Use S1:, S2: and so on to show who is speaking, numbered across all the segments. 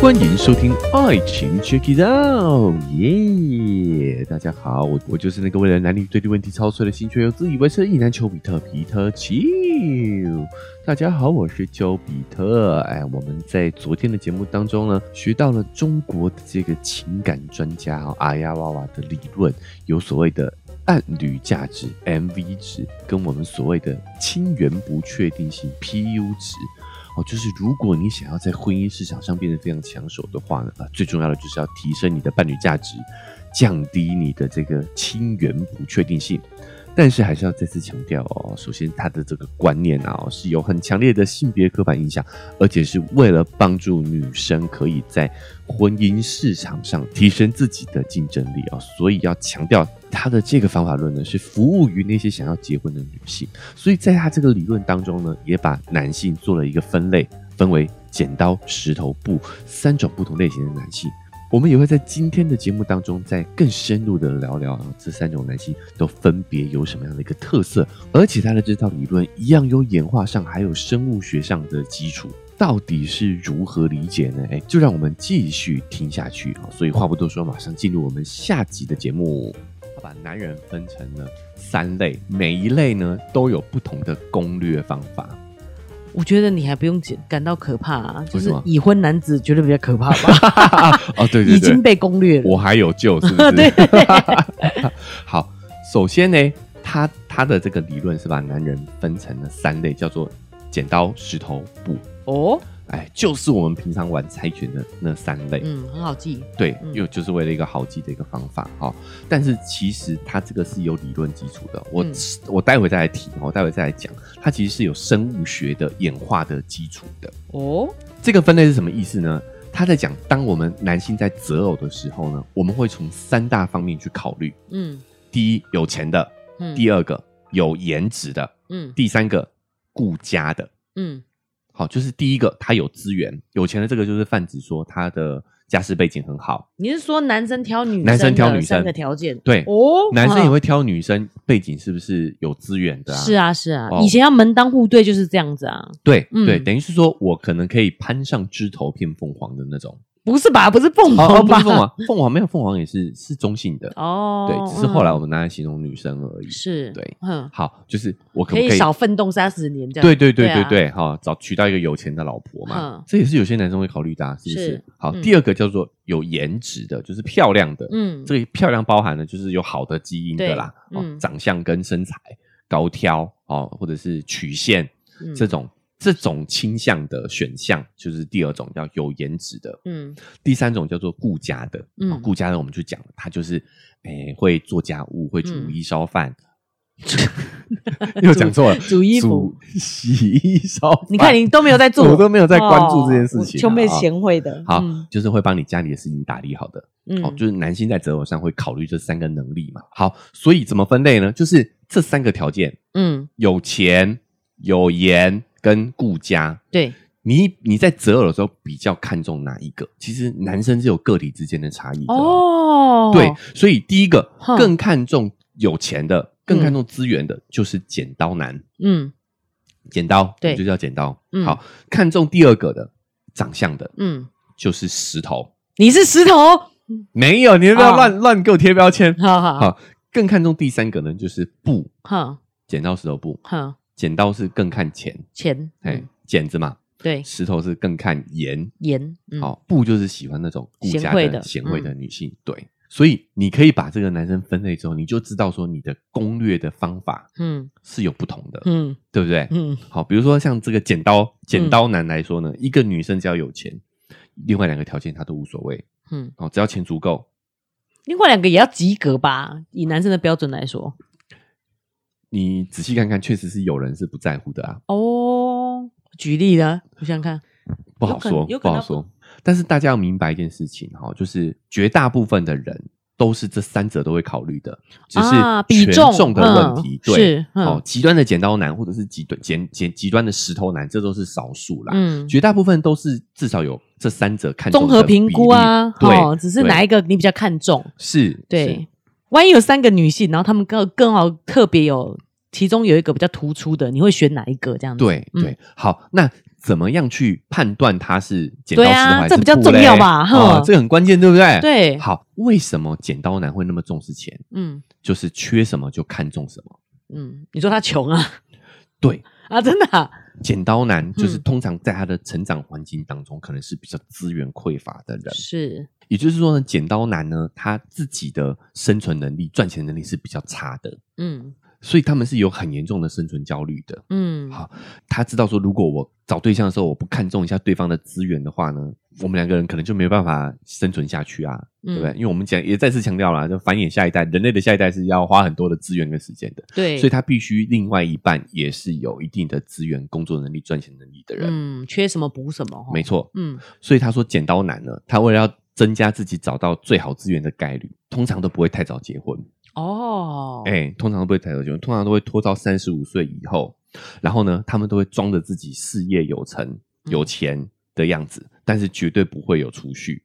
S1: 欢迎收听《爱情 Check It Out》，耶！大家好，我我就是那个为了男女对立问题操碎了心却又自以为是的意男丘比特皮特丘。大家好，我是丘比特。哎，我们在昨天的节目当中呢，学到了中国的这个情感专家哦阿呀哇哇的理论，有所谓的按率价值 MV 值，跟我们所谓的亲缘不确定性 PU 值。哦，就是如果你想要在婚姻市场上变得非常抢手的话呢，啊，最重要的就是要提升你的伴侣价值，降低你的这个亲缘不确定性。但是还是要再次强调哦，首先他的这个观念啊、哦、是有很强烈的性别刻板印象，而且是为了帮助女生可以在婚姻市场上提升自己的竞争力啊、哦，所以要强调他的这个方法论呢是服务于那些想要结婚的女性。所以在他这个理论当中呢，也把男性做了一个分类，分为剪刀、石头、布三种不同类型的男性。我们也会在今天的节目当中，再更深入的聊聊啊，这三种男性都分别有什么样的一个特色，而且他的这套理论一样有演化上还有生物学上的基础，到底是如何理解呢？哎，就让我们继续听下去啊！所以话不多说，马上进入我们下集的节目。他把男人分成了三类，每一类呢都有不同的攻略方法。
S2: 我觉得你还不用感感到可怕、啊，就
S1: 为什
S2: 是
S1: 么
S2: 已婚男子绝对比较可怕吧，
S1: 哦， 对
S2: 已经被攻略了。
S1: 我还有救，是不是？
S2: 对
S1: 好，首先呢，他他的这个理论是把男人分成了三类，叫做剪刀、石头、布。
S2: 哦，
S1: 哎，就是我们平常玩猜拳的那三类。
S2: 嗯，很好记。
S1: 对，
S2: 嗯
S1: 又就是为了一个好记的一个方法哈、但是其实它这个是有理论基础的，我、
S2: 嗯
S1: 我待会再来提，我待会再来讲，它其实是有生物学的演化的基础的。
S2: 哦，
S1: 这个分类是什么意思呢？他在讲，当我们男性在择偶的时候呢，我们会从三大方面去考虑：
S2: 嗯
S1: 第一，有钱的；
S2: 嗯，
S1: 第二个，有颜值的；
S2: 嗯
S1: 第三个，顾家的。
S2: 嗯
S1: 好，就是第一个，他有资源，有钱的这个就是泛指说他的家世背景很好，
S2: 你是说男生挑女生的
S1: 男生挑女生
S2: 三个条件？
S1: 对
S2: 哦，
S1: 男生也会挑女生背景是不是有资源的、
S2: 啊
S1: 啊？
S2: 是，啊是啊
S1: 哦，
S2: 以前要门当户对就是这样子啊，
S1: 对、
S2: 嗯
S1: 对，等于是说我可能可以攀上枝头变凤凰的那种。
S2: 不是吧？不是凤
S1: 哦，
S2: 凰
S1: 不
S2: 吧
S1: 是？凤凰，凤凰没有凤凰也是是中性的。
S2: 哦，
S1: 对，只是后来我
S2: 嗯
S1: 们拿来形容女生而已。
S2: 是
S1: 对，
S2: 嗯，
S1: 好，就是我可不可
S2: 可
S1: 以
S2: 以少奋斗三十年这样。
S1: 对对对
S2: 对
S1: 对
S2: 啊
S1: 对，哈、找娶到一个有钱的老婆嘛
S2: 嗯，
S1: 这也是有些男生会考虑的、啊，是不是？
S2: 是
S1: 好，
S2: 嗯
S1: 第二个叫做有颜值的，就是漂亮的。
S2: 嗯，
S1: 这个漂亮包含了就是有好的基因的啦，
S2: 对
S1: 哦，
S2: 嗯
S1: 长相跟身材高挑哦，或者是曲线、
S2: 嗯
S1: 这种这种倾向的选项，就是第二种叫有颜值的。
S2: 嗯
S1: 第三种叫做顾家的，
S2: 嗯
S1: 嗯，顾家的我们就讲了，他就是诶、会做家务，会煮
S2: 嗯
S1: 衣烧 饭，又讲错了，
S2: 煮衣服
S1: 煮、洗衣烧饭，
S2: 你看你都没有在做，
S1: 啊 我都没有在关注这件事情啊
S2: 哦我就被
S1: 啊
S2: 贤惠的。
S1: 好，
S2: 嗯
S1: 就是会帮你家里的事情打理好的。
S2: 嗯
S1: 哦，就是男性在择偶上会考虑这三个能力嘛。好，所以怎么分类呢？就是这三个条件：
S2: 嗯，
S1: 有钱、有颜跟顾家。
S2: 对，
S1: 你你在择偶的时候比较看重哪一个？其实男生是有个体之间的差异的哦
S2: 哦，
S1: 对，所以第一个
S2: 哼
S1: 更看重有钱的，更看重资源的，就是剪刀男，
S2: 嗯
S1: 剪刀，
S2: 对
S1: 我们就叫剪刀。
S2: 嗯
S1: 好，看重第二个的长相的，
S2: 嗯，
S1: 就是石头。
S2: 你是石头，
S1: 没有，你不要
S2: 哦
S1: 乱乱给我贴标签。
S2: 好好
S1: 好，更看重第三个呢，就是布，
S2: 好
S1: 剪刀石头布。
S2: 好，
S1: 剪刀是更看钱，
S2: 钱，
S1: 哎
S2: 嗯，，
S1: 剪子嘛，
S2: 对，
S1: 石头是更看颜。
S2: 盐，嗯，
S1: 好，布就是喜欢那种顾家
S2: 贤惠的嗯
S1: 贤惠的女性。对，所以你可以把这个男生分类之后，你就知道说你的攻略的方法
S2: 嗯
S1: 是有不同的，
S2: 嗯
S1: 对不对？
S2: 嗯，
S1: 好，比如说像这个剪刀剪刀男来说呢，一个女生只要有钱，另外两个条件他都无所谓
S2: 嗯，
S1: 哦，只要钱足够，
S2: 另外两个也要及格吧？以男生的标准来说，
S1: 你仔细看看，确实是有人是不在乎的啊，
S2: 哦，举例呢，我想想看，
S1: 不好
S2: 有可
S1: 说，
S2: 有
S1: 不
S2: 可
S1: 好
S2: 能
S1: 说。但是大家要明白一件事情哈、哦，就是绝大部分的人都是这三者都会考虑的，只是
S2: 啊比
S1: 权
S2: 重
S1: 重的
S2: 嗯
S1: 问题。对，
S2: 是嗯
S1: 哦，极端的剪刀男或者是极端剪剪极端的石头男，这都是少数啦。
S2: 嗯，
S1: 绝大部分都是至少有这三者看重
S2: 综
S1: 的
S2: 合评估啊，
S1: 比例对，
S2: 哦只是哪
S1: 对
S2: 一个你比较看重？
S1: 是是
S2: 对，万一有三个女性，然后她们更更好特别有，其中有一个比较突出的，你会选哪一个？这样子，
S1: 对
S2: 嗯
S1: 对，好，那怎么样去判断它是剪刀
S2: 对
S1: 石头
S2: 啊
S1: 还是布嘞、
S2: 这比较重要吧哼
S1: 啊，这个很关键，对不对？。
S2: 对，
S1: 好，为什么剪刀男会那么重视钱？
S2: 嗯
S1: 就是缺什么就看重什么。
S2: 嗯，你说他穷 啊
S1: 对，
S2: 啊，真的啊、
S1: 剪刀男
S2: 嗯
S1: 就是通常在他的成长环境当中，可能是比较资源匮乏的人。
S2: 是
S1: 也就是说呢，剪刀男呢，他自己的生存能力、赚钱能力是比较差的，
S2: 嗯
S1: 所以他们是有很严重的生存焦虑的。
S2: 嗯，
S1: 好他知道说，如果我找对象的时候，我不看重一下对方的资源的话呢，我们两个人可能就没有办法生存下去啊，
S2: 嗯
S1: 对不对？因为我们讲也再次强调啦，就繁衍下一代，人类的下一代是要花很多的资源跟时间的，
S2: 对，
S1: 所以他必须另外一半也是有一定的资源、工作能力、赚钱能力的人，
S2: 嗯，缺什么补什么哦，
S1: 没错。
S2: 嗯
S1: 所以他说，剪刀男呢，他为了要增加自己找到最好资源的概率，通常都不会太早结婚。
S2: 哦，
S1: 哎、通常都不会抬头结婚，通常都会拖到三十五岁以后，然后呢，他们都会装着自己事业有
S2: 嗯
S1: 成、有钱的样子，但是绝对不会有储蓄。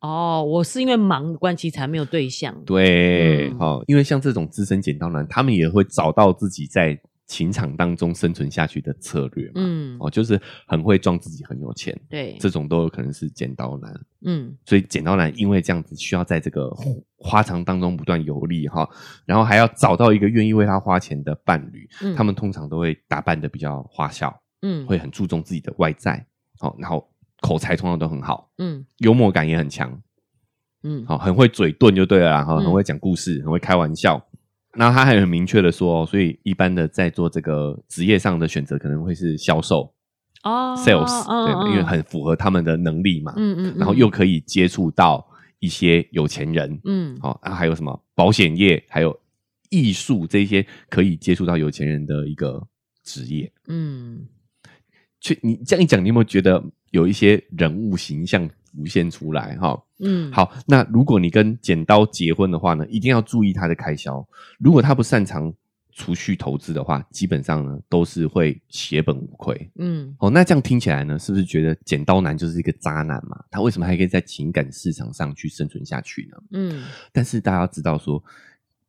S2: 哦，我是因为忙的关系才没有对象，
S1: 对，
S2: 嗯
S1: 好、因为像这种资深剪刀男，他们也会找到自己在情场当中生存下去的策略嘛。
S2: 嗯，
S1: 哦，就是很会装自己很有钱，
S2: 对，
S1: 这种都有可能是剪刀男。
S2: 嗯
S1: 所以剪刀男因为这样子，需要在这个花场当中不断游历哈，然后还要找到一个愿意为他花钱的伴侣。
S2: 嗯，
S1: 他们通常都会打扮的比较花哨，
S2: 嗯
S1: 会很注重自己的外在，好、然后口才通常都很好，
S2: 嗯
S1: 幽默感也很强，
S2: 嗯
S1: 好、很会嘴遁就对了啦，哈、哦
S2: 嗯
S1: 很会讲故事，很会开玩笑。然后他还很明确的说、哦，所以一般的在做这个职业上的选择，可能会是销售、
S2: 哦
S1: sales，、
S2: 嗯
S1: 对，
S2: 嗯
S1: 因为很符合他们的能力嘛，
S2: 嗯嗯，嗯
S1: 然后又可以接触到一些有钱人，
S2: 嗯
S1: 好、啊，还有什么保险业，还有艺术这些可以接触到有钱人的一个职业。
S2: 嗯，
S1: 去你这样一讲，你有没有觉得有一些人物形象浮现出来？哈、
S2: 嗯，
S1: 好，那如果你跟剪刀结婚的话呢，一定要注意他的开销。如果他不擅长储蓄投资的话，基本上呢都是会血本无亏。
S2: 嗯，
S1: 哦，那这样听起来呢，是不是觉得剪刀男就是一个渣男嘛？他为什么还可以在情感市场上去生存下去呢？
S2: 嗯
S1: 但是大家要知道说，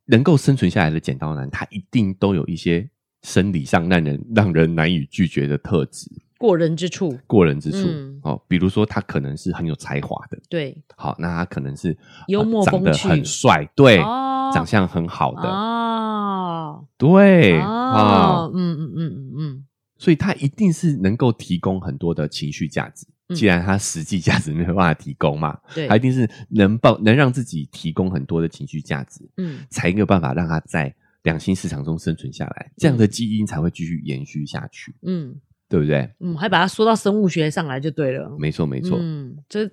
S1: 能够生存下来的剪刀男，他一定都有一些生理上让人让人难以拒绝的特质。
S2: 过人之处，
S1: 过人之处、
S2: 嗯
S1: 哦，比如说他可能是很有才华的，
S2: 对，
S1: 好，那他可能是
S2: 幽默
S1: 呃长得
S2: 风趣
S1: 很帅，对，
S2: 哦
S1: 长相很好的，
S2: 哦，
S1: 对啊、
S2: 哦，嗯嗯嗯嗯嗯，
S1: 所以他一定是能够提供很多的情绪价值。
S2: 嗯
S1: 既然他实际价值没有办法提供嘛，
S2: 对
S1: 他一，定是能报能让自己提供很多的情绪价值，
S2: 嗯
S1: 才有办法让他在两性市场中生存下来，这样的基因才会继续延续下去，
S2: 嗯
S1: 对不对？
S2: 嗯，还把它说到生物学上来就对了，
S1: 没错，没错。
S2: 嗯，这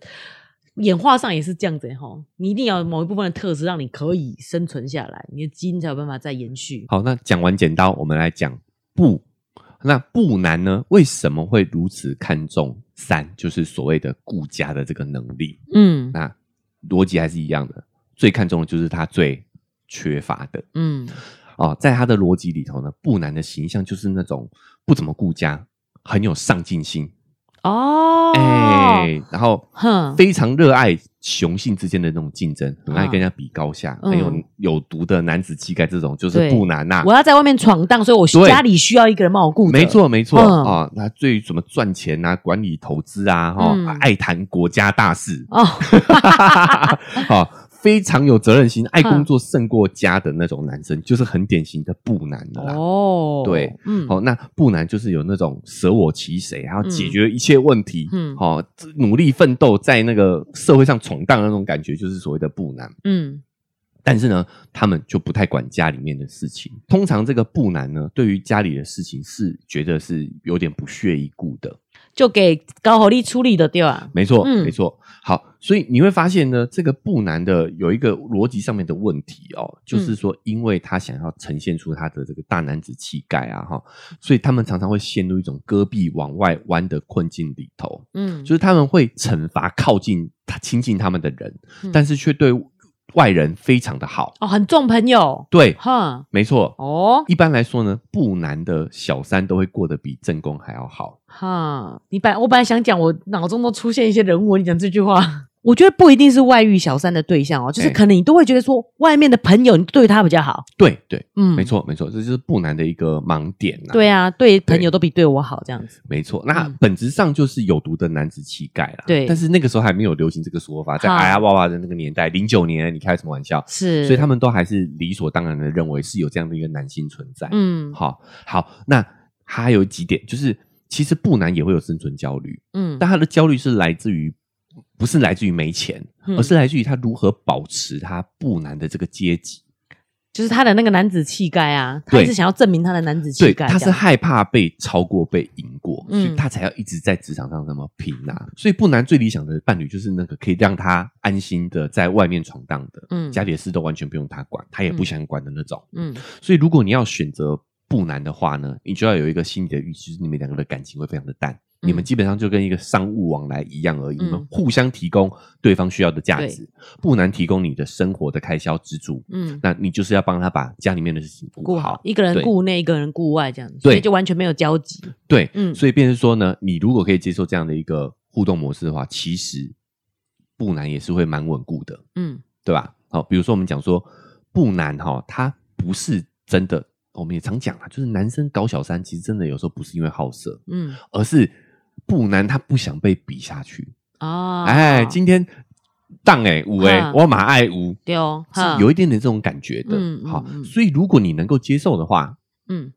S2: 演化上也是这样子哈，你一定要有某一部分的特质，让你可以生存下来，你的基因才有办法再延续。
S1: 好，那讲完剪刀，我们来讲布。那布男呢，为什么会如此看重三，就是所谓的顾家的这个能力？
S2: 嗯
S1: 那逻辑还是一样的，最看重的就是他最缺乏的
S2: 嗯
S1: 哦。在他的逻辑里头呢，布男的形象就是那种不怎么顾家，很有上进心，
S2: 哦，
S1: 哎、然后
S2: 哼
S1: 非常热爱雄性之间的那种竞争，很爱跟人家比高下，
S2: 嗯
S1: 很有有毒的男子气概，这种就是
S2: 对
S1: 布男呐、
S2: 我要在外面闯荡，所以我
S1: 对
S2: 家里需要一个人帮我顾着。
S1: 没错，没错
S2: 嗯
S1: 啊、那对于怎么赚钱啊、管理投资啊，哈、
S2: 嗯
S1: 爱谈国家大事，
S2: 哦，
S1: 好、非常有责任心，爱工作胜过家的那种男生，就是很典型的布男的啦。
S2: 哦，
S1: 对，
S2: 嗯，
S1: 好、那布男就是有那种舍我其谁，还要
S2: 嗯
S1: 解决一切问题，
S2: 嗯
S1: 好、这努力奋斗，在那个社会上闯荡的那种感觉，就是所谓的布男。
S2: 嗯
S1: 但是呢，他们就不太管家里面的事情。通常这个布男呢，对于家里的事情是觉得是有点不屑一顾的。
S2: 就给高火力处理的对吧？
S1: 没错，
S2: 嗯
S1: 没错。好，所以你会发现呢，这个布男的有一个逻辑上面的问题哦，
S2: 嗯
S1: 就是说，因为他想要呈现出他的这个大男子气概啊，哈，所以他们常常会陷入一种戈壁往外弯的困境里头，
S2: 嗯，
S1: 就是他们会惩罚靠近他亲近他们的人，
S2: 嗯
S1: 但是却对外人非常的好。
S2: 哦，很重朋友，
S1: 对，
S2: 哼，
S1: 没错。
S2: 哦，
S1: 一般来说呢，布男的小三都会过得比正宫还要好。
S2: 哈，你本来我本来想讲，我脑中都出现一些人物，你讲这句话， 我觉得不一定是外遇小三的对象哦，就是
S1: 哎
S2: 可能你都会觉得说外面的朋友你对他比较好，
S1: 对对，
S2: 嗯，
S1: 没，错没错，这就是不难的一个盲点呐、
S2: 对
S1: 啊，
S2: 啊，对朋友都比对我好这样子，
S1: 没错。那
S2: 嗯
S1: 本质上就是有毒的男子气概啦。
S2: 对
S1: 但是那个时候还没有流行这个说法，在
S2: 好
S1: 哎呀哇哇的那个年代，零九年，你开什么玩笑？
S2: 是，
S1: 所以他们都还是理所当然的认为是有这样的一个男性存在。
S2: 嗯
S1: 好好，那还有几点，就是其实不难也会有生存焦虑，
S2: 嗯，
S1: 但他的焦虑是来自于不是来自于没钱，
S2: 嗯
S1: 而是来自于他如何保持他不难的这个阶级。
S2: 就是他的那个男子气概啊，他
S1: 对
S2: 一直想要证明他的男子气
S1: 对，
S2: 概，
S1: 他
S2: 这
S1: 是
S2: 样
S1: 害怕被超过、被赢过，
S2: 嗯
S1: 所以他才要一直在职场上这么拼啊。所以不难最理想的伴侣就是那个可以让他安心的在外面闯荡的，
S2: 嗯
S1: 家里的事都完全不用他管，他也不
S2: 嗯
S1: 想管的那种。
S2: 嗯
S1: 所以如果你要选择不难的话呢，你就要有一个心理的预期，就是你们两个的感情会非常的淡，
S2: 嗯
S1: 你们基本上就跟一个商务往来一样而已，
S2: 嗯
S1: 你们互相提供对方需要的价值，不难提供你的生活的开销支柱，
S2: 嗯，
S1: 那你就是要帮他把家里面的事情顾
S2: 顾
S1: 好
S2: 好。一个人
S1: 对
S2: 顾内，一个人顾外这样子，所以
S1: 对
S2: 就完全没有交集，
S1: 对，
S2: 嗯
S1: 所以便是说呢，你如果可以接受这样的一个互动模式的话，其实不难也是会蛮稳固的。
S2: 嗯
S1: 对吧？好，比如说我们讲说不难哈，它不是真的，我们也常讲啊，就是男生搞小三，其实真的有时候不是因为好色，
S2: 嗯
S1: 而是不难他不想被比下去。
S2: 哦，
S1: 哎，今天当哎五哎，
S2: 哈
S1: 我马爱五，
S2: 对哦，
S1: 是
S2: 啊哈
S1: 有一点点这种感觉的
S2: 嗯。嗯
S1: 好，
S2: 嗯
S1: 所以如果你能够接受的话。
S2: 嗯，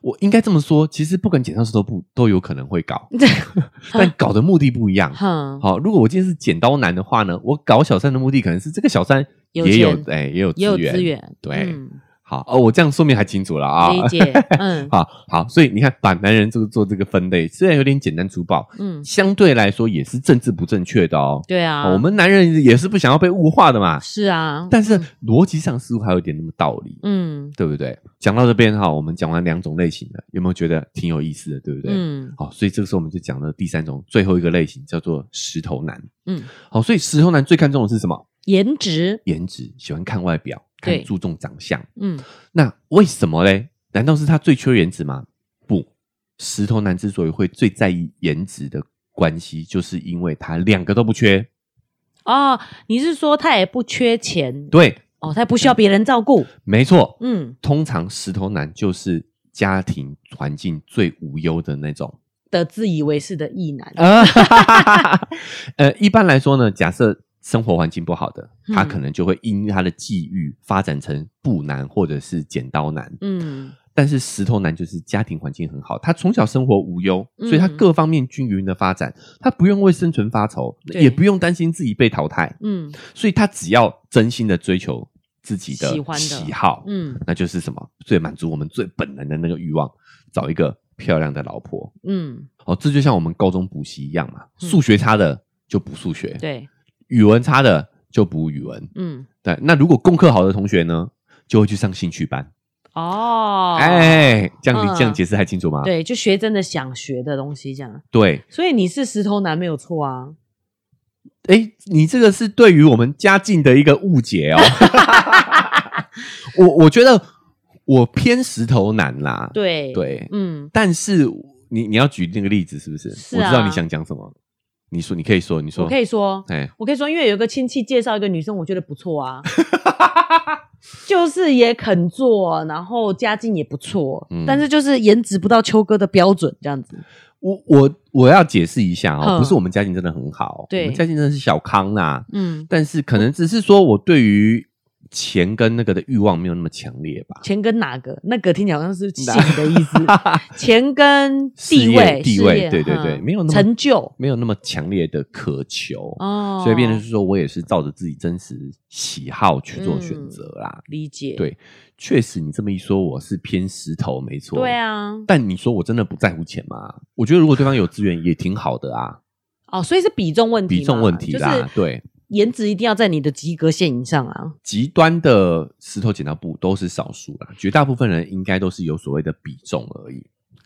S1: 我应该这么说，其实不管剪刀石头布都有可能会搞，
S2: 这
S1: 但搞的目的不一样。
S2: 哼，
S1: 好，如果我今天是剪刀男的话呢，我搞小三的目的可能是这个小三
S2: 有
S1: 也有
S2: 钱
S1: 哎、也有
S2: 也有资源，
S1: 对
S2: 嗯
S1: 好哦，我这样说明还清楚了啊、
S2: 理解， 嗯
S1: 好好，所以你看，把男人这个做这个分类，虽然有点简单粗暴，
S2: 嗯，
S1: 相对来说也是政治不正确的哦。
S2: 对啊，
S1: 哦我们男人也是不想要被物化的嘛，
S2: 是啊，
S1: 但是逻辑上似乎还有点那么道理，
S2: 嗯
S1: 对不对？讲到这边哈，我们讲完两种类型的，有没有觉得挺有意思的，对不对？
S2: 嗯
S1: 好，所以这个时候我们就讲了第三种，最后一个类型叫做石头男。
S2: 嗯，
S1: 好，所以石头男最看重的是什么？
S2: 颜值，
S1: 颜值，喜欢看外表，
S2: 对
S1: 看注重长相。
S2: 嗯
S1: 那为什么嘞？难道是他最缺颜值吗？不，石头男之所以会最在意颜值的关系，就是因为他两个都不缺。
S2: 哦，你是说他也不缺钱，
S1: 对，
S2: 哦，他也不需要别人照顾，
S1: 没错。
S2: 嗯
S1: 通常石头男就是家庭环境最无忧的那种。
S2: 的自以为是的意男，
S1: 呃，哈哈哈哈 呃，一般来说呢，假设生活环境不好的，
S2: 嗯
S1: 他可能就会因他的际遇发展成布男或者是剪刀男。
S2: 嗯
S1: 但是石头男就是家庭环境很好，他从小生活无忧，
S2: 嗯
S1: 所以他各方面均匀的发展，他不用为生存发愁，
S2: 对
S1: 也不用担心自己被淘汰，
S2: 嗯
S1: 所以他只要真心的追求自己的
S2: 喜欢的
S1: 喜好，
S2: 嗯
S1: 那就是什么最满足我们最本能的那个欲望，找一个漂亮的老婆。
S2: 嗯，
S1: 哦，这就像我们高中补习一样嘛，
S2: 嗯
S1: 数学差的就补数学，
S2: 对，
S1: 语文差的就补语文。
S2: 嗯
S1: 对，那如果功课好的同学呢，就会去上兴趣班。
S2: 哦，，
S1: 哎，这样你
S2: 嗯
S1: 这样解释还清楚吗？
S2: 对，就学真的想学的东西这样，
S1: 对，
S2: 所以你是石头男没有错啊，
S1: 哎，你这个是对于我们家境的一个误解 哦。我我觉得我偏石头男啦，
S2: 对，
S1: 对
S2: 嗯，
S1: 但是你你要举那个例子是不是？
S2: 是
S1: 我知道
S2: 啊
S1: 你想讲什么，你说你可以说，你说
S2: 我可以说，
S1: 哎，
S2: 我可以说，因为有一个亲戚介绍一个女生，我觉得不错 啊，就是也肯做，然后家境也不错，
S1: 嗯
S2: 但是就是颜值不到秋哥的标准这样子。
S1: 我我我要解释一下哦，
S2: 嗯
S1: 不是我们家境真的很好，
S2: 对
S1: 我们家境真的是小康啦，
S2: 嗯，
S1: 但是可能只是说我对于钱跟那个的欲望没有那么强烈吧。
S2: 钱跟哪个？那个听起来好像是性的意思。 钱跟地
S1: 事业
S2: 位，
S1: 地
S2: 事
S1: 位
S2: 业
S1: 对对对
S2: 嗯
S1: 没有那么
S2: 成就
S1: 没有那么强烈的渴求，
S2: 哦，
S1: 所以变成是说我也是照着自己真实喜好去做
S2: 嗯
S1: 选择啦。
S2: 理解。
S1: 对确实，你这么一说，我是偏石头，没错。
S2: 对。啊，
S1: 但你说我真的不在乎钱吗？我觉得如果对方有资源也挺好的啊，
S2: 哦，所以是比重问题嘛，
S1: 比重问题啦，
S2: 就是
S1: 对。
S2: 颜值一定要在你的及格线以上啊。
S1: 极端的石头剪刀布都是少数啦，绝大部分人应该都是有所谓的比重而已。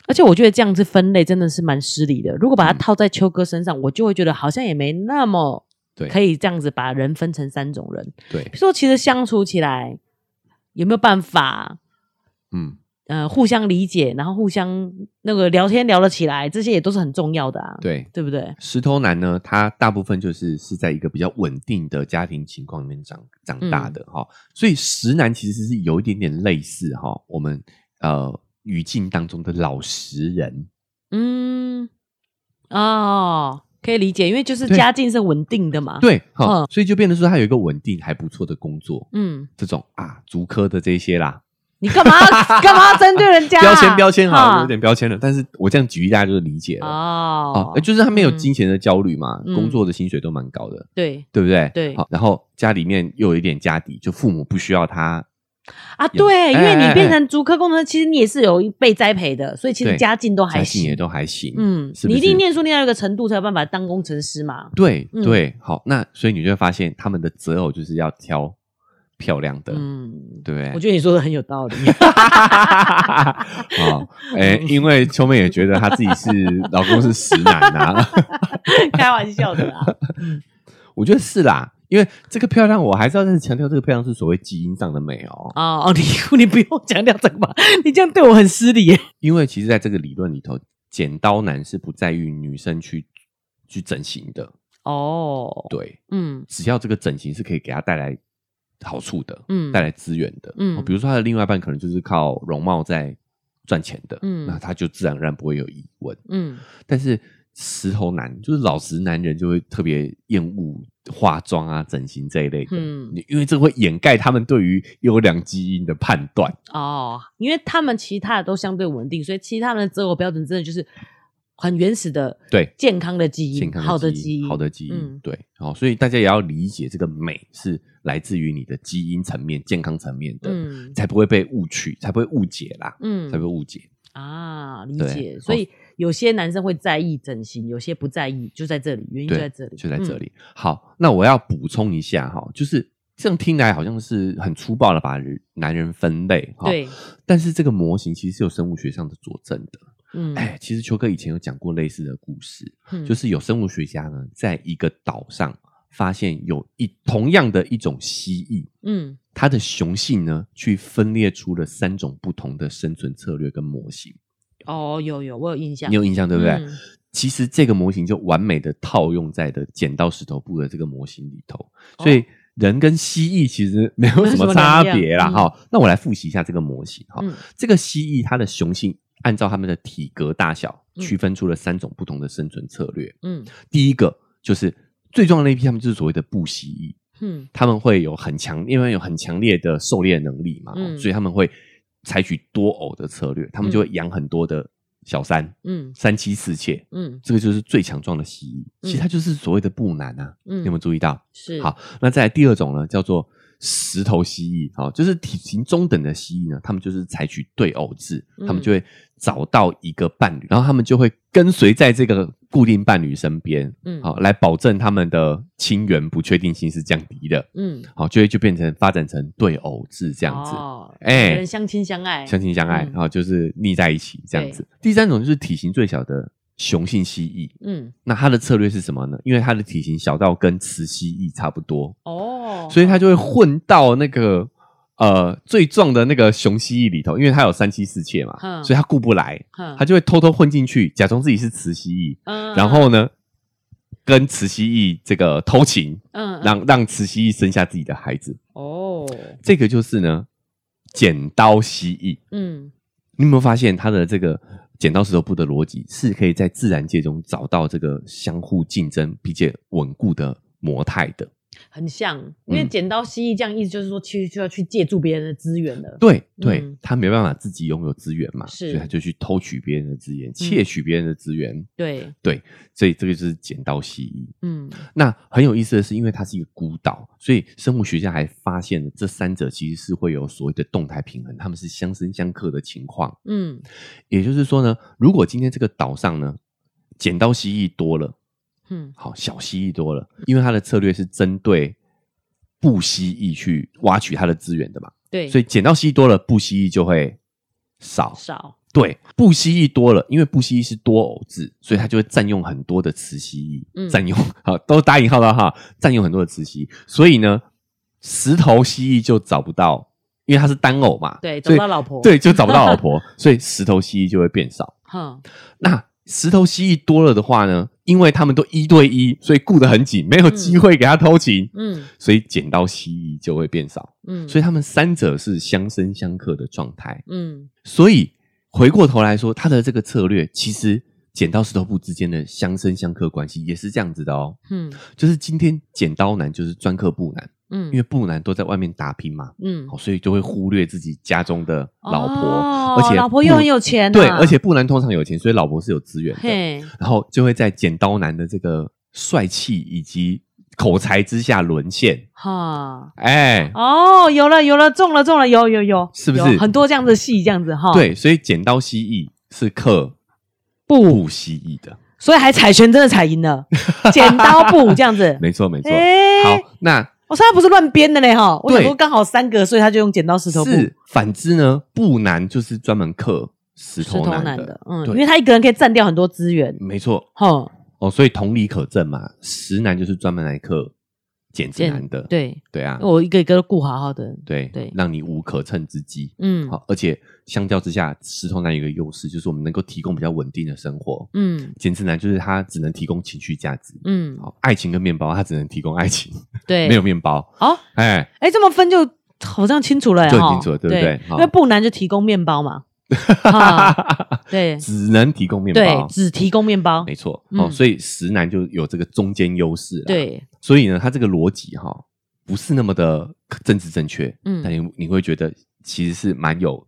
S2: 而且我觉得这样子分类真的是蛮失礼的。如果
S1: 嗯
S2: 把它套在秋哥身上，我就会觉得好像也没那么
S1: 对
S2: 可以这样子把人分成三种人。
S1: 对
S2: 比，如说，其实相处起来有没有办法？
S1: 嗯，
S2: 呃互相理解，然后互相那个聊天聊得起来，这些也都是很重要的啊，
S1: 对，
S2: 对不对？
S1: 石头男呢，他大部分就是是在一个比较稳定的家庭情况里面长长大的哈、所以石男其实是有一点点类似哈、我们呃语境当中的老实人，
S2: 嗯，哦，可以理解，因为就是
S1: 对
S2: 家境是稳定的嘛，，
S1: 对哈、所以就变得说他有一个稳定还不错的工作，
S2: 嗯，
S1: 这种啊足科的这些啦，
S2: 你干嘛干嘛针对人家啊、
S1: 标签标签哈，
S2: 哈
S1: 有点标签了，但是我这样举例大家就理解了。
S2: 哦
S1: 哦，，呃就是他没有
S2: 嗯
S1: 金钱的焦虑嘛，
S2: 嗯
S1: 工作的薪水都蛮高的，
S2: 对
S1: 对不对？
S2: 对
S1: 好，然后家里面又有一点家底，就父母不需要他，
S2: 啊，
S1: 有
S2: 对，因为
S1: 哎哎
S2: 你
S1: 哎
S2: 变成足科工程师，其实你也是有被栽培的，所以其实
S1: 对
S2: 家境都
S1: 家
S2: 还
S1: 境
S2: 行
S1: 也。都还行，
S2: 嗯，
S1: 是不
S2: 你一定
S1: 是
S2: 念书念到一个程度才有办法当工程师嘛。
S1: 对
S2: 嗯
S1: 对，好，那所以你就会发现他们的择偶就是要挑漂亮的，哎
S2: 嗯，
S1: 对不对？
S2: 我觉得你说的很有道理。
S1: 好，哎，
S2: 嗯
S1: 因为秋妹也觉得她自己是老公是石男啊，
S2: 开玩笑的啦。
S1: 我觉得是啦，因为这个漂亮，我还是要再强调，这个漂亮是所谓基因上的美哦，
S2: 哦哦，你 你不用强调这个吧，你这样对我很失礼耶。
S1: 因为其实在这个理论里头，剪刀男是不在于女生去去整形的，
S2: 哦，
S1: 对，
S2: 嗯
S1: 只要这个整形是可以给他带来好处的，
S2: 嗯
S1: 带来资源的，
S2: 嗯
S1: 哦比如说他的另外一半可能就是靠容貌在赚钱的，
S2: 嗯
S1: 那他就自然而然不会有疑问。
S2: 嗯，
S1: 但是石头男就是老实男人就会特别厌恶化妆啊、整形这一类的，
S2: 嗯
S1: 因为这会掩盖他们对于优良基因的判断。
S2: 哦，因为他们其他的都相对稳定，所以其他们的择偶标准真的就是很原始的
S1: 对
S2: 健康的基因，
S1: 健康
S2: 好的
S1: 基
S2: 基因，
S1: 好的基因，
S2: 嗯
S1: 对，好、所以大家也要理解这个美是来自于你的基因层面、健康层面的，
S2: 嗯
S1: 才不会被误区，才不会误解啦，
S2: 嗯
S1: 才不会误解。
S2: 啊，理
S1: 对
S2: 解。
S1: 哦
S2: 所以有些男生会在意整形，有些不在意，就在这里，原因就在这里，
S1: 就在这
S2: 嗯。
S1: 里。好，那我要补充一下哈，就是这样听来好像是很粗暴的把人男人分类哈，，
S2: 对，
S1: 但是这个模型其实是有生物学上的佐证的。
S2: 嗯，
S1: 哎、其实秋哥以前有讲过类似的故事，
S2: 嗯
S1: 就是有生物学家呢，在一个岛上发现有一同样的一种蜥蜴，
S2: 嗯
S1: 它的雄性呢，去分裂出了三种不同的生存策略跟模型。
S2: 哦，有有，我有印象，
S1: 你有印象对不对？
S2: 嗯
S1: 其实这个模型就完美的套用在的剪刀石头布的这个模型里头，
S2: 哦
S1: 所以人跟蜥蜴其实没有什么差别啦。
S2: 没有什么两样
S1: 哈、那我来复习一下这个模型哈、
S2: 哦嗯
S1: 这个蜥蜴它的雄性按照它们的体格大小
S2: 嗯
S1: 区分出了三种不同的生存策略。
S2: 嗯
S1: 第一个就是最重要的那一批，他们就是所谓的布蜥蜴，
S2: 嗯
S1: 他们会有很强，因为有很强烈的狩猎能力嘛，哦
S2: 嗯
S1: 所以他们会采取多偶的策略，他们就会养很多的小三、
S2: 嗯
S1: 三妻四妾，
S2: 嗯
S1: 这个就是最强壮的蜥蜴。其实
S2: 嗯
S1: 它就是所谓的布男啊，
S2: 嗯，
S1: 你有没有注意到？
S2: 是
S1: 好，那再来第二种呢，叫做石头蜥蜴，好、就是体型中等的蜥蜴呢，他们就是采取对偶制，
S2: 嗯
S1: 他们就会找到一个伴侣，然后他们就会跟随在这个固定伴侣身边，
S2: 嗯
S1: 好、来保证他们的亲缘不确定性是降低的，
S2: 嗯
S1: 好、就会就变成发展成对偶制这
S2: 这
S1: 样子。
S2: 哦，
S1: 哎
S2: 两个人相亲相爱，
S1: 相亲相爱，
S2: 嗯
S1: 然后就是腻在一起这样子。第三种就是体型最小的雄性蜥蜴，
S2: 嗯
S1: 那它的策略是什么呢？因为它的体型小到跟雌蜥蜴差不多，
S2: 哦，
S1: 所以它就会混到那个呃最壮的那个雄蜥蜴里头，因为它有三妻四妾嘛，
S2: 嗯
S1: 所以它顾不来，
S2: 哼
S1: 它就会偷偷混进去，假装自己是雌蜥蜴，
S2: 嗯
S1: 然后呢跟雌蜥蜴这个偷情，
S2: 嗯嗯
S1: 让让雌蜥蜴生下自己的孩子。
S2: 哦
S1: 这个就是呢剪刀蜥蜴。
S2: 嗯
S1: 你有没有发现它的这个剪刀石头布的逻辑是可以在自然界中找到这个相互竞争并且稳固的模态的？
S2: 很像，因为
S1: 嗯
S2: 剪刀蜥蜴这样意思就是说，其实就要去借助别人的资源了。
S1: 对对
S2: 嗯，
S1: 它、没办法自己拥有资源嘛，所
S2: 是嗯
S1: 以它就去偷取别人的资源，窃取别人的资源。
S2: 对，
S1: 对，所以这个就是剪刀蜥蜴。
S2: 嗯
S1: 那很有意思的是，因为它是一个孤岛，所以生物学家还发现了这三者其实是会有所谓的动态平衡，它们是相生相克的情况。
S2: 嗯
S1: 也就是说呢，如果今天这个岛上呢，剪刀蜥蜴多了，
S2: 嗯
S1: 好小蜥蜴多了，因为它的策略是针对布蜥蜴去挖取它的资源的嘛，
S2: 对，
S1: 所以哦剪刀蜥蜴多了，布蜥蜴就会少。
S2: 少
S1: 对，布蜥蜴多了，因为布蜥蜴是多偶制，所以它就会占用很多的雌蜥蜴，
S2: 嗯
S1: 占用好都打引号了哈，占用很多的雌蜥蜴，所以呢，石头蜥蜴就找不到因为他是单偶嘛，
S2: 对，找
S1: 所
S2: 不
S1: 以
S2: 到老婆，，
S1: 对就找不到老婆，所以石头蜥蜴就会变少。
S2: 哼，
S1: 那石头蜥蜴多了的话呢，因为他们都一对一，所以顾得很紧，没有机会给他偷情，
S2: 嗯
S1: 所以剪刀蜥蜴就会变少。
S2: 嗯，
S1: 所以
S2: 以，
S1: 他们三者是相生相克的状态。
S2: 嗯
S1: 所以回过头来说，他的这个策略其实剪刀石头布之间的相生相克关系也是这样子的哦。
S2: 嗯
S1: 就是今天剪刀男就是专克布男，
S2: 嗯，
S1: 因为布男都在外面打拼嘛，
S2: 嗯，
S1: 好所以就会忽略自己家中的老婆，
S2: 哦
S1: 而且
S2: 老婆
S1: 布
S2: 又很有钱啊
S1: 对，而且布男通常有钱，所以老婆是有资源的，
S2: 嘿，
S1: 然后就会在剪刀男的这个帅气以及口才之下沦陷，
S2: 哈，
S1: 哎、
S2: 哦，有了有了，中了中了，有有有，
S1: 是不
S2: 有
S1: 是
S2: 很多这样的戏这样子哈？，
S1: 对，所以剪刀蜥蜴是克布蜥蜴的，
S2: 所以还踩拳真的踩赢了，剪刀布这样 子，
S1: 没错没错。
S2: 哎
S1: 好，那
S2: 我说他不是乱编的嘞哈，我想
S1: 对
S2: 说刚好三个，所以他就用剪刀石头布。
S1: 是反之呢，布男就是专门克石
S2: 石头
S1: 头男
S2: 男
S1: 的，
S2: 的，嗯，
S1: 对
S2: 因为他一个人可以占掉很多资源，
S1: 没错。
S2: 哈，
S1: 哦，所以同理可证嘛，石男就是专门来克剪直
S2: 剪
S1: 男的，
S2: 对，
S1: 对啊，
S2: 我一个一个都顾好好的，
S1: 对
S2: 对
S1: 让你无可乘之机。
S2: 嗯，
S1: 好，而且相较之下，石头男有一个优势，就是我们能够提供比较稳定的生活。
S2: 嗯
S1: 剪直男就是他只能提供情绪价值，
S2: 嗯，
S1: 好，爱情跟面包他只能提供爱情，
S2: 对，
S1: 没有面包，
S2: 哦，
S1: 哎，
S2: 哎，这么分就好像清楚了耶，
S1: 就很
S2: 哈
S1: 清楚了对不对好
S2: 因为布男就提供面 包嘛，哈对
S1: 只能提供面
S2: 啊对
S1: 包，，
S2: 只提供面包，
S1: 没啊错。
S2: 嗯
S1: 哦，所以石男就有这个中间优势啦，
S2: 对，
S1: 所以呢，他这个逻辑哈，不是那么的政治正确，
S2: 嗯
S1: 但你你会觉得其实是蛮有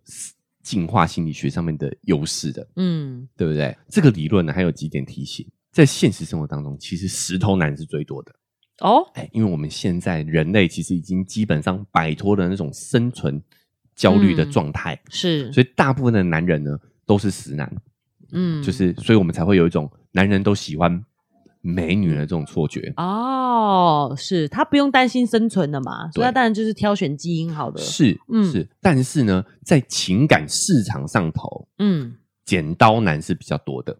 S1: 进化心理学上面的优势的，
S2: 嗯，
S1: 对不对？这个理论呢，还有几点提醒，在现实生活当中，其实石头男是最多的，
S2: 哦，
S1: 哎，因为我们现在人类其实已经基本上摆脱了那种生存焦虑的
S2: 嗯
S1: 状态，
S2: 是，
S1: 所以大部分的男人呢都是石男，
S2: 嗯，
S1: 就是所以我们才会有一种男人都喜欢美女的这种错觉。
S2: 嗯哦，是他不用担心生存的嘛，所
S1: 对
S2: 以他当然就是挑选基因好的，
S1: 是，
S2: 嗯
S1: 是，但是呢，在情感市场上头，
S2: 嗯，
S1: 剪刀男是比较多的。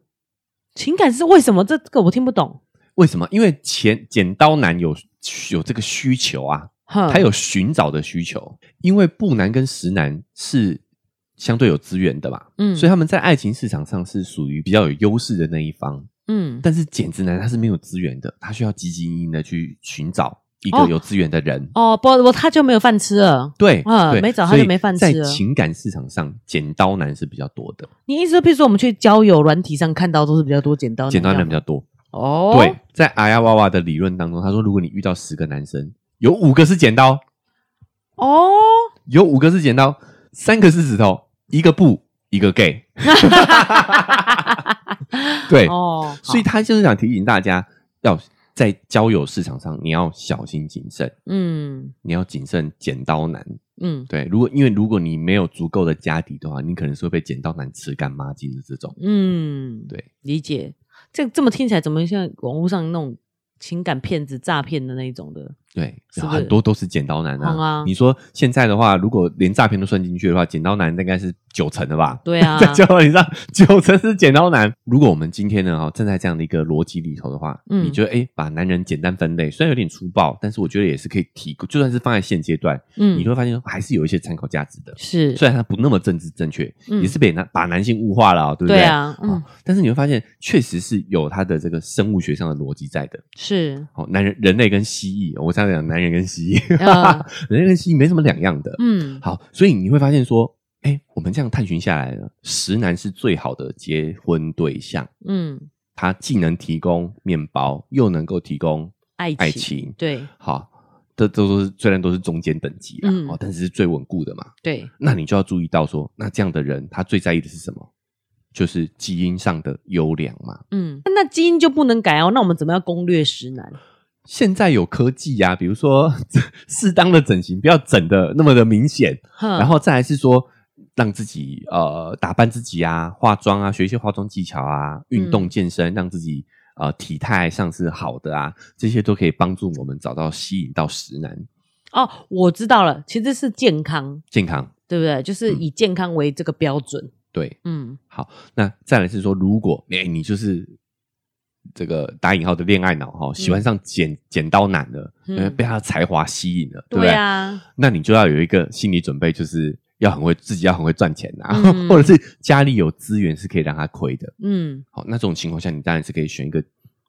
S2: 情感是为什么？这这个我听不懂，
S1: 为什么？因为前剪刀男有有这个需求啊，
S2: 他
S1: 他有寻找的需求。因为布男跟石男是相对有资源的嘛，
S2: 嗯
S1: 所以他们在爱情市场上是属于比较有优势的那一方。
S2: 嗯，
S1: 但是剪直男他是没有资源的，他需要积极应的去寻找一个
S2: 哦
S1: 有资源的人。
S2: 哦，不，我他就没有饭吃了。
S1: 对，
S2: 啊
S1: 对
S2: 没找他
S1: 所以
S2: 就没饭
S1: 在
S2: 吃了
S1: 情感市场上，剪刀男是比较多的，
S2: 你意思说，譬如说我们去交友软体上看到都是比较多剪刀男这
S1: 剪
S2: 样吗，
S1: 刀男比较多。
S2: 哦，
S1: 对，在阿呀哇哇的理论当中，他说，如果你遇到十个男生，有五个是剪刀，
S2: 哦，
S1: 有五个是剪刀，三个是指头，一个布，一个 gay。对，
S2: 哦，
S1: 所以
S2: 好
S1: 他就是想提醒大家，要在交友市场上，你要小心谨慎，
S2: 嗯
S1: 你要谨慎剪刀男。
S2: 嗯
S1: 对，如果因为如果你没有足够的家底的话，你可能是会被剪刀男吃干抹净的这种。
S2: 嗯，
S1: 对，
S2: 理解。这这么听起来，怎么像网络上那种情感骗子、诈骗的那一种的？
S1: 对，
S2: 是不是
S1: 很多都是剪刀男
S2: 嗯
S1: 啊
S2: 啊。
S1: 你说现在的话，如果连诈骗都算进去的话，剪刀男大概是九成的吧？
S2: 对 啊，
S1: 在交友你上，九成是剪刀男。如果我们今天呢，哈，站在这样的一个逻辑里头的话，
S2: 嗯
S1: 你觉得哎，诶把男人简单分类，虽然有点粗暴，但是我觉得也是可以提，就算是放在现阶段，
S2: 嗯，
S1: 你会发现还是有一些参考价值的。
S2: 是
S1: 虽然它不那么政治正确，
S2: 嗯
S1: 也是被男把男性物化了哦、对不
S2: 对啊，
S1: 啊
S2: 嗯，
S1: 但是你会发现，确实是有它的这个生物学上的逻辑在的。
S2: 是，
S1: 哦，男人人类跟蜥蜴，我常常讲男人跟蜥蜴，
S2: 嗯
S1: 人类跟蜥蜴没什么两样的。
S2: 嗯，
S1: 好，所以你会发现说，哎，我们这样探寻下来呢，石男是最好的结婚对象，
S2: 嗯，
S1: 他既能提供面包，又能够提供
S2: 爱
S1: 爱
S2: 情，
S1: 情，
S2: 对
S1: 好，这这都是虽然都是中间等级啦，
S2: 嗯
S1: 哦，但是是最稳固的嘛。
S2: 对，
S1: 那你就要注意到说，那这样的人他最在意的是什么？就是基因上的优良嘛。
S2: 嗯，那基因就不能改哦。那我们怎么样攻略石男？
S1: 现在有科技呀、比如说 适当的整形，不要整的那么的明显，然
S2: 然
S1: 后再来是说让自己呃打扮自己啊，化妆啊，学一些化妆技巧啊，运动健身，让自己呃体态上是好的啊，
S2: 嗯
S1: 这些都可以帮助我们找到吸引到石男
S2: 哦，我知道了，其实是健康，
S1: 健康。
S2: 对不对？就是
S1: 嗯
S2: 以健康为这个标准。
S1: 对，
S2: 嗯
S1: 那再来是说，如果哎、你就是这个打引号的恋爱脑哈，喜欢上剪、剪刀男了，
S2: 嗯
S1: 因为被他的才华吸引了，对不
S2: 对
S1: 对？
S2: 啊，
S1: 那你就要有一个心理准备，就是要很会自己要很会赚钱啊，
S2: 嗯
S1: 或者是家里有资源是可以让他亏的。
S2: 嗯，
S1: 好，那这种情况下，你当然是可以选一个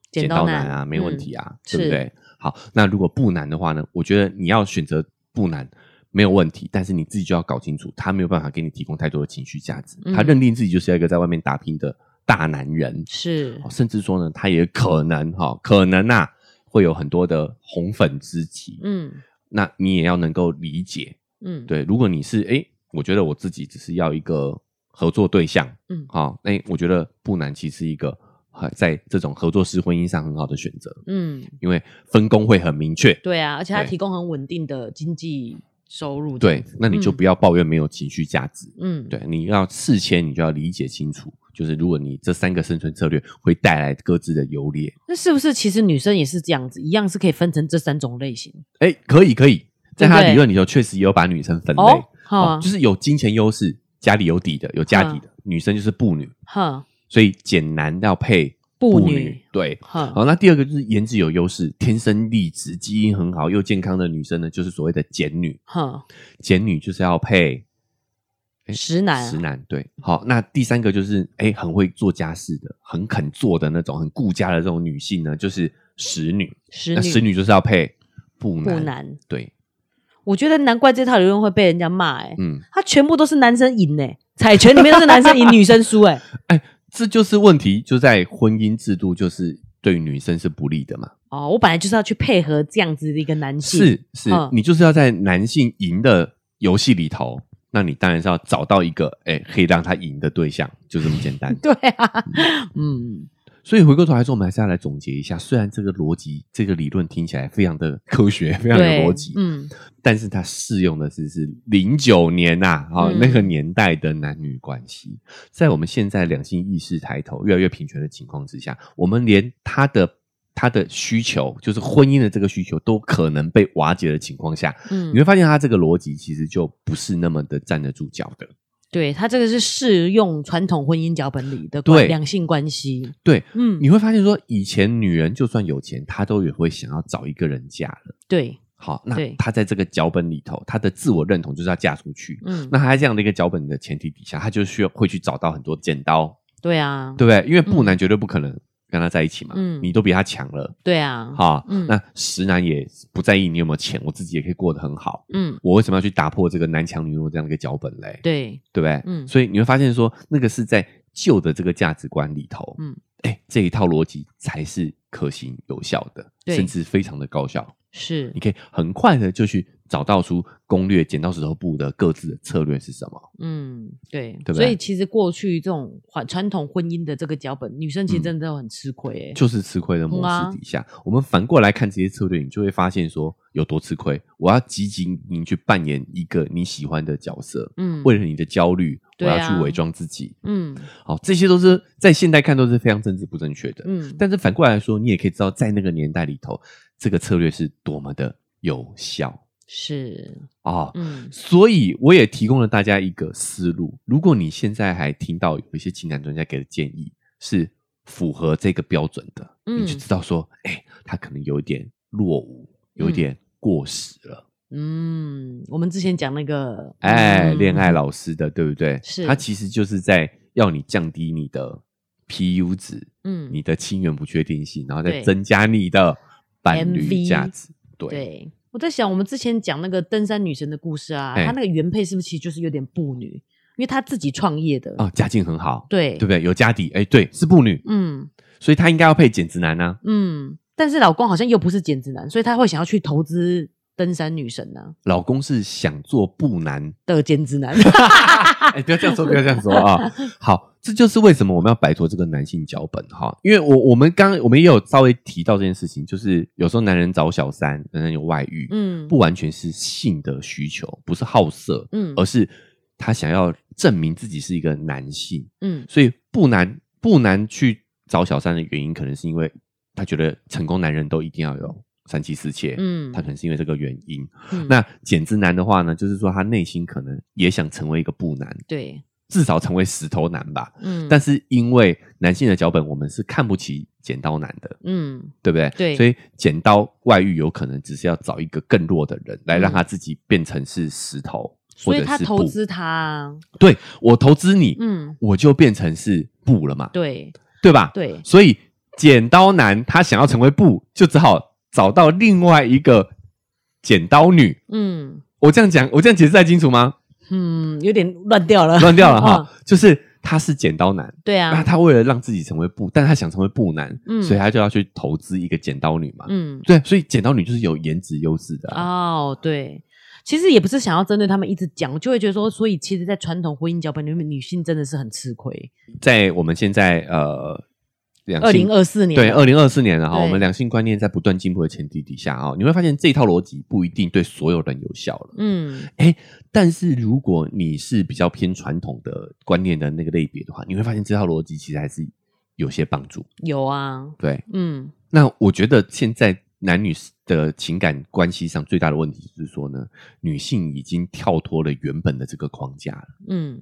S2: 剪
S1: 剪
S2: 刀
S1: 刀
S2: 男嗯
S1: 男啊，没问题啊，
S2: 是
S1: 对不对？好，那如果不难的话呢，我觉得你要选择不难没有问题，但是你自己就要搞清楚，他没有办法给你提供太多的情绪价值，
S2: 嗯
S1: 他认定自己就是要一个在外面打拼的大男人，
S2: 是
S1: 好甚至说呢，他也可能哈、可能啊会有很多的红粉知己，
S2: 嗯
S1: 那你也要能够理解，
S2: 嗯，，
S1: 对，如果你是诶，我觉得我自己只是要一个合作对象，
S2: 嗯
S1: 好、诶，我觉得不难，其实是一个呃在这种合作式婚姻上很好的选择，
S2: 嗯，
S1: 因为分工会很明确。
S2: 对啊，而且他
S1: 对
S2: 提供很稳定的经济收入，
S1: 对，，那你就
S2: 嗯
S1: 不要抱怨没有情绪价值。
S2: 嗯，
S1: 对，你要事前你就要理解清楚，就是如果你这三个生存策略会带来各自的优劣，
S2: 那是不是其实女生也是这样子，一样是可以分成这三种类型？
S1: 诶，可以可以，在他
S2: 对不对
S1: 理论里头确实也有把女生分类，
S2: 哦，嗯好啊，
S1: 就是有金钱优势、家里有底的、有家底的、女生就是布女，
S2: 哈，
S1: 所以简男要配
S2: 布女
S1: 对。
S2: 哈，
S1: 好，那第二个就是颜值有优势、天生丽质、基因很好又健康的女生呢，就是所谓的简女。
S2: 哈，
S1: 简女就是要配诶
S2: 石男啊
S1: 石哎男对。好，那第三个就是哎，很会做家事的、很肯做的那种、很顾家的这种女性呢，就是石女。
S2: 石
S1: 那石
S2: 女
S1: 呃女就是要配布
S2: 布
S1: 男，
S2: 男，
S1: 对，
S2: 我觉得难怪这套理论会被人家骂，哎，
S1: 嗯，
S2: 他全部都是男生赢呢，彩拳里面都是男 生赢，女生输，哎，
S1: 哎，这就是问题，就在婚姻制度就是对女生是不利的嘛。
S2: 哦，我本来就是要去配合这样子的一个男性，
S1: 是是
S2: 嗯，。
S1: 你就是要在男性赢的游戏里头，那你当然是要找到一个哎、可以让他赢的对象，就这么简单
S2: 对啊，嗯，
S1: 所以回过头来说，我们还是要来总结一下。虽然这个逻辑、这个理论听起来非常的科学， 非常有
S2: 对
S1: 逻辑，
S2: 嗯，
S1: 但是它适用的是是零九年呐、啊，
S2: 嗯
S1: 那个年代的男女关系，在我们现在两性意识抬头、越来越平权的情况之下，我们连他的他的需求，就是婚姻的这个需求，都可能被瓦解的情况下，
S2: 嗯
S1: 你会发现他这个逻辑其实就不是那么的站得住脚
S2: 嗯
S1: 的。
S2: 对他这个是适用传统婚姻脚本里的
S1: 对
S2: 关两性关系，
S1: 对，
S2: 嗯，
S1: 你会发现说，以前女人就算有钱，她都也会想要找一个人嫁了。
S2: 对，
S1: 好，那
S2: 对
S1: 她在这个脚本里头，她的自我认同就是要嫁出去。
S2: 嗯，
S1: 那他在这样的一个脚本的前提底下，他就需要会去找到很多剪刀，
S2: 对啊，
S1: 对不对？因为布男绝对不可能跟他在一起嘛，
S2: 嗯
S1: 你都比他强了，
S2: 对啊，，
S1: 哈，
S2: 嗯
S1: 那石男也不在意你有没有钱，我自己也可以过得很好，
S2: 嗯，
S1: 我为什么要去打破这个男强女弱这样的一个脚本嘞？
S2: 对，
S1: 对不对？
S2: 嗯
S1: 所以你会发现说，那个是在旧的这个价值观里头，
S2: 嗯
S1: 嗯，哎，这一套逻辑才是可行有效的，
S2: 对
S1: 甚至非常的高效。
S2: 是
S1: 你，可以很快的就去找到出攻略剪刀石头布的各自的策略是什么。
S2: 嗯，对，
S1: 对不
S2: 所以
S1: 对
S2: 其实过去这种传传统婚姻的这个脚本，女生其实真的很吃亏，哎，
S1: 嗯就是吃亏的模
S2: 嗯啊
S1: 式底下，我们反过来看这些策略，你就会发现说有多吃亏。我要积极营去扮演一个你喜欢的角色，
S2: 嗯，
S1: 为了你的焦虑，我
S2: 对啊
S1: 要去伪装自己。
S2: 嗯
S1: 好，这些都是在现代看都是非常政治不正确的。
S2: 嗯，
S1: 但是反过来说，你也可以知道，在那个年代里头，这个策略是多么的有效
S2: 是，
S1: 啊、
S2: 嗯
S1: 所以我也提供了大家一个思路。如果你现在还听到有一些情感专家给的建议是符合这个标准的，
S2: 嗯
S1: 你就知道说，哎、他可能有一点落伍，有一点过时了。
S2: 嗯，我们之前讲那个，
S1: 哎、
S2: 嗯
S1: 恋爱，老师的，对不对？
S2: 是
S1: 他其实就是在要你降低你的 PU 值，
S2: 嗯，
S1: 你的亲缘不确定性，然后再
S2: 对
S1: 增加你的伴侣
S2: MV
S1: 价值。对，
S2: 对。我在想，我们之前讲那个登山女神的故事啊，
S1: 哎
S2: 她那个原配是不是其实就是有点布女，因为她自己创业的，
S1: 哦，家境很好，
S2: 对
S1: 对不对？有家底，哎，对，是妇女，
S2: 嗯
S1: 所以她应该要配剪直男呢、啊
S2: 嗯，但是老公好像又不是减脂男，所以她会想要去投资登山女神呢、
S1: 老公是想做布男，
S2: 的减 脂男，
S1: 哎、不要这样说，不要这样说 啊！好，这就是为什么我们要摆脱这个男性脚本哈，因为我我们刚我们也有稍微提到这件事情，就是有时候男人找小三，男人有外遇，
S2: 嗯
S1: 不完全是性的需求，不是好色，
S2: 嗯
S1: 而是他想要证明自己是一个男性，
S2: 嗯
S1: 所以不难不难去找小三的原因，可能是因为他觉得成功男人都一定要有三妻四妾，
S2: 嗯
S1: 呃他可能是因为这个原因。
S2: 嗯
S1: 那剪直男的话呢，就是说他内心可能也想成为一个布男，
S2: 对，
S1: 至少成为石头男吧。
S2: 嗯，
S1: 但是因为男性的脚本，我们是看不起剪刀男的，
S2: 嗯，
S1: 对不对？
S2: 对
S1: 所以剪刀外遇有可能只是要找一个更弱的人来让他自己变成是石头，或
S2: 嗯所以
S1: 者
S2: 他
S1: 是
S2: 投
S1: 布。
S2: 资他啊，
S1: 对我投资你，
S2: 嗯，
S1: 我就变成是布了嘛，
S2: 对
S1: 对吧？
S2: 对
S1: 所以剪刀男他想要成为布，就只好找到另外一个剪刀女。
S2: 嗯
S1: 我这样讲，我这样解释再清楚吗？
S2: 嗯，有点乱掉了，
S1: 乱掉了哈，
S2: 嗯，
S1: 就是他是剪刀男，
S2: 对
S1: 那
S2: 啊，
S1: 他为了让自己成为布，但他想成为布男，
S2: 嗯
S1: 所以他就要去投资一个剪刀女嘛。
S2: 嗯，
S1: 对，所以剪刀女就是有颜值优势的啊。
S2: 哦，对。其实也不是想要针对他们一直讲，我就会觉得说，所以其实，在传统婚姻脚本里面，女性真的是很吃亏。
S1: 在我们现在呃，两
S2: 二
S1: 性
S2: 零二四年，
S1: 对二零二四年了哈，
S2: 对
S1: 我们两性观念在不断进步的前提底下啊，你会发现这一套逻辑不一定对所有人有效了。
S2: 嗯
S1: 但是如果你是比较偏传统的观念的那个类别的话，你会发现这套逻辑其实还是有些帮助。
S2: 有啊，
S1: 对，
S2: 嗯
S1: 那我觉得现在男女的情感关系上最大的问题就是说呢，女性已经跳脱了原本的这个框架了。
S2: 嗯，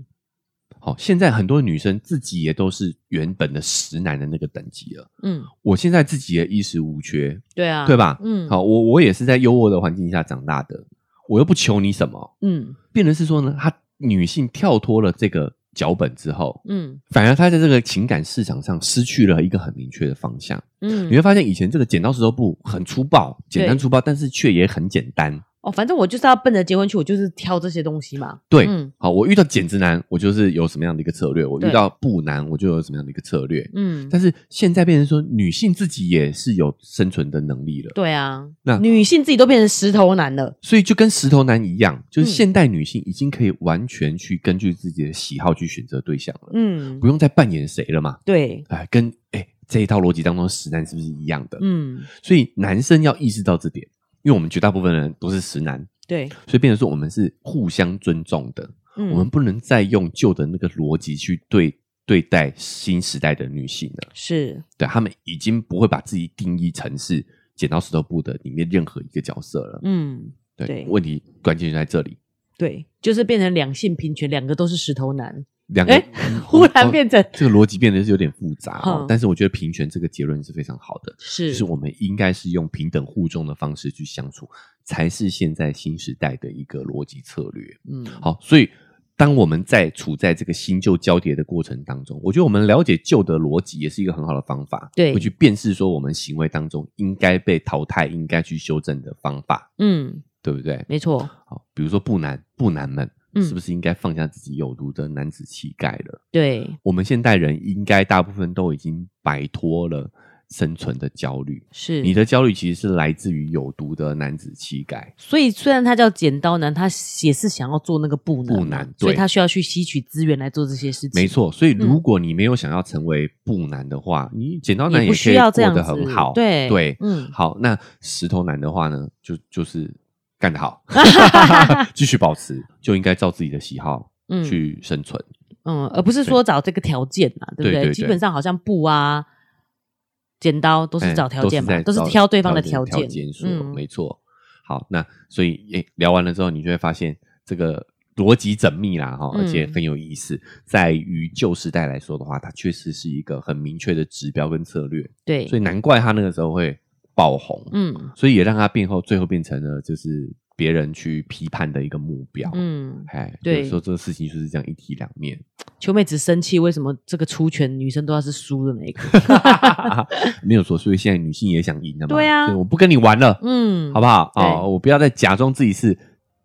S1: 好，现在很多女生自己也都是原本的实男的那个等级了。
S2: 嗯，
S1: 我现在自己也衣食无缺，
S2: 对啊，
S1: 对？吧？
S2: 嗯，，
S1: 好，我我也是在优渥的环境下长大的，我又不求你什么。
S2: 嗯
S1: 变成是说呢，她女性跳脱了这个脚本之后，
S2: 嗯
S1: 反而她在这个情感市场上失去了一个很明确的方向。你
S2: 嗯
S1: 会，发现以前这个剪刀石头布很粗暴，简单
S2: 对
S1: 粗暴，但是却也很简单。
S2: 哦，反正我就是要奔着结婚去，我就是挑这些东西嘛。
S1: 对，
S2: 嗯
S1: 好，我遇到剪子男，我就是有什么样的一个策略；我遇
S2: 对
S1: 到布男，我就有什么样的一个策略。
S2: 嗯，
S1: 但是现在变成说，女性自己也是有生存的能力了，
S2: 对啊，
S1: 那
S2: 女性自己都变成石头男了。
S1: 所以就跟石头男一样，就是
S2: 嗯
S1: 现代女性已经可以完全去根据自己的喜好去选择对象了，
S2: 嗯
S1: 不，用再扮演谁了嘛。
S2: 对，
S1: 哎，跟哎这一套逻辑当中的实男是不是一样的？
S2: 嗯
S1: 所以男生要意识到这点，因为我们绝大部分人都是实男，
S2: 对，
S1: 所以变成说我们是互相尊重的，
S2: 嗯，
S1: 我们不能再用旧的那个逻辑去对对待新时代的女性了。
S2: 是
S1: 对他们已经不会把自己定义成是剪刀石头布的里面任何一个角色了。
S2: 嗯
S1: 对，
S2: 对
S1: 问题关键就在这里。
S2: 对，就是变成两性平权，两个都是石头男，
S1: 两个
S2: 哎，忽然
S1: 哦
S2: 变成
S1: 这个逻辑变得是有点复杂哦
S2: 嗯，
S1: 但是我觉得平权这个结论是非常好的。
S2: 是
S1: 就是我们应该是用平等互重的方式去相处，才是现在新时代的一个逻辑策略。
S2: 嗯
S1: 好，所以当我们在处在这个新旧交叠的过程当中，我觉得我们了解旧的逻辑也是一个很好的方法，
S2: 对
S1: 会去辨识说我们行为当中应该被淘汰、应该去修正的方法，
S2: 嗯，
S1: 对不对？
S2: 没错，
S1: 好，比如说不男不男们。
S2: 嗯
S1: 是不是应该放下自己有毒的男子气概了？
S2: 对，
S1: 我们现代人应该大部分都已经摆脱了生存的焦虑，
S2: 是
S1: 你的焦虑其实是来自于有毒的男子气概。
S2: 所以虽然他叫剪刀男，他也是想要做那个布男嘛，
S1: 布男
S2: 所以
S1: 对
S2: 他需要去吸取资源来做这些事情。
S1: 没，错，所以如
S2: 嗯
S1: 果你没有想要成为布男的话，你剪刀男
S2: 也
S1: 也
S2: 不
S1: 可
S2: 需
S1: 以
S2: 要
S1: 过
S2: 这样
S1: 得
S2: 子，
S1: 很好。
S2: 对
S1: 对，
S2: 嗯，
S1: 好，那石头男的话呢，就就是干得 好，继续保持，就应该照自己的喜好
S2: 嗯
S1: 去生存。
S2: 嗯，而不是说找这个条件啊，对不
S1: 对对对
S2: 基本上好像布啊、剪刀都是
S1: 哎
S2: 找条件嘛，
S1: 在
S2: 都是
S1: 找
S2: 挑对方的
S1: 挑
S2: 条
S1: 件
S2: 件。嗯
S1: 说，没错。好，那所以诶、聊完了之后，你就会发现这个逻辑缜密啦，哈，
S2: 嗯
S1: 而且很有意思。在于旧时代来说的话，它确实是一个很明确的指标跟策略，
S2: 对
S1: 所，以难怪他那个时候会爆红，
S2: 嗯
S1: 所以也让他变后最后变成了就是别人去批判的一个目标。
S2: 嗯，
S1: 哎，
S2: 对
S1: 有时候这个事情就是这样一体两 面。
S2: 秋妹只生气，为什么这个出拳女生都要是输的那一个？
S1: 没有错，所以现在女性也想赢的嘛。
S2: 对啊
S1: 所以我不跟你玩了，
S2: 嗯，
S1: 好不好？
S2: 对
S1: 啊、我不要再假装自己是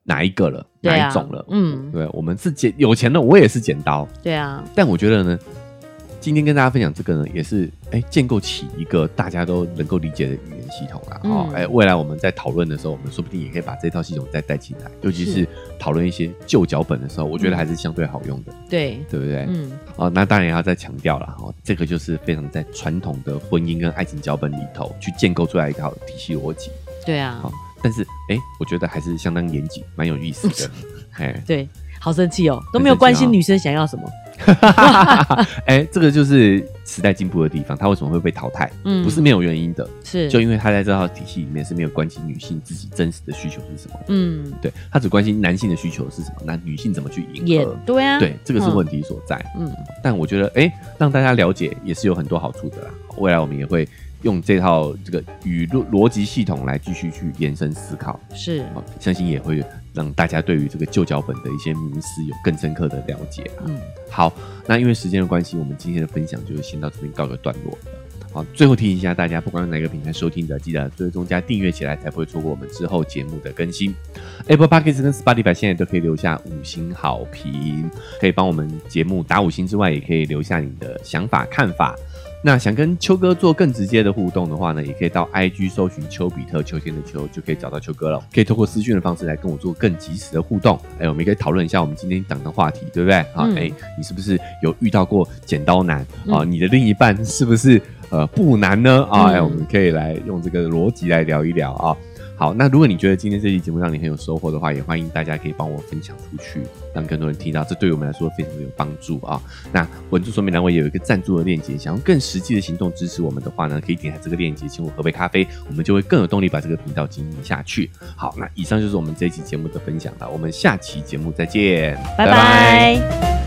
S1: 哪一个了，
S2: 对啊
S1: 哪一种了。
S2: 嗯
S1: 对，我们是剪有钱的，我也是剪刀。
S2: 对啊，
S1: 但我觉得呢，今天跟大家分享这个呢，也是哎建构起一个大家都能够理解的语言系统啦。
S2: 嗯
S1: 哦，哎，未来我们在讨论的时候，我们说不定也可以把这套系统再带进来，尤其是
S2: 是
S1: 讨论一些旧脚本的时候，我觉得还是相对好用的，
S2: 对，
S1: 对不对？
S2: 嗯
S1: 哦，那当然也要再强调了哈、哦，这个就是非常在传统的婚姻跟爱情脚本里头去建构出来一套体系逻辑。
S2: 对啊
S1: 好，但是哎，我觉得还是相当严谨，蛮有意思 的。 哎
S2: 对，好生气哦，都没有关心
S1: 很生气啊
S2: 女生想要什么。
S1: 哎，这个就是时代进步的地方，它为什么会被淘汰？
S2: 嗯
S1: 不是没有原因的，
S2: 是
S1: 就因为它在这套体系里面是没有关心女性自己真实的需求是什么，
S2: 嗯
S1: 对，它只关心男性的需求是什么，那女性怎么去迎
S2: 也
S1: 合？
S2: 对啊，
S1: 呃对，这个是
S2: 嗯
S1: 问题所在。
S2: 嗯
S1: 但我觉得，哎、让大家了解也是有很多好处的啦。未来我们也会用这套这个语录逻辑系统来继续去延伸思考，
S2: 是
S1: 好相信也会让大家对于这个旧脚本的一些迷思有更深刻的了解啊。
S2: 嗯
S1: 好，那因为时间的关系，我们今天的分享就先到这边告一个段落了。好，最后提醒一下大家，不管哪个平台收听的，记得追踪加订阅起来，才不会错过我们之后节目的更新。Apple Podcast 跟 Spotify 现在都可以留下五星好评，可以帮我们节目打五星之外，也可以留下你的想法看法。那想跟秋哥做更直接的互动的话呢，也可以到 IG 搜寻丘比特秋天的秋，就可以找到秋哥了。可以透过私讯的方式来跟我做更及时的互动。哎、我们也可以讨论一下我们今天讲的话题，对不对？啊，哎、
S2: 嗯
S1: 你是不是有遇到过剪刀男啊？
S2: 嗯
S1: 你的另一半是不是呃不难呢？啊，哎、
S2: 嗯
S1: 我们可以来用这个逻辑来聊一聊啊。好，那如果你觉得今天这期节目让你很有收获的话，也欢迎大家可以帮我分享出去，让更多人听到，这对我们来说非常有帮助啊。那文字说明栏位也有一个赞助的链接，想要更实际的行动支持我们的话呢，可以点开这个链接，请我喝杯咖啡，我们就会更有动力把这个频道经营下去。好，那以上就是我们这一期节目的分享了，我们下期节目再见，
S2: 拜拜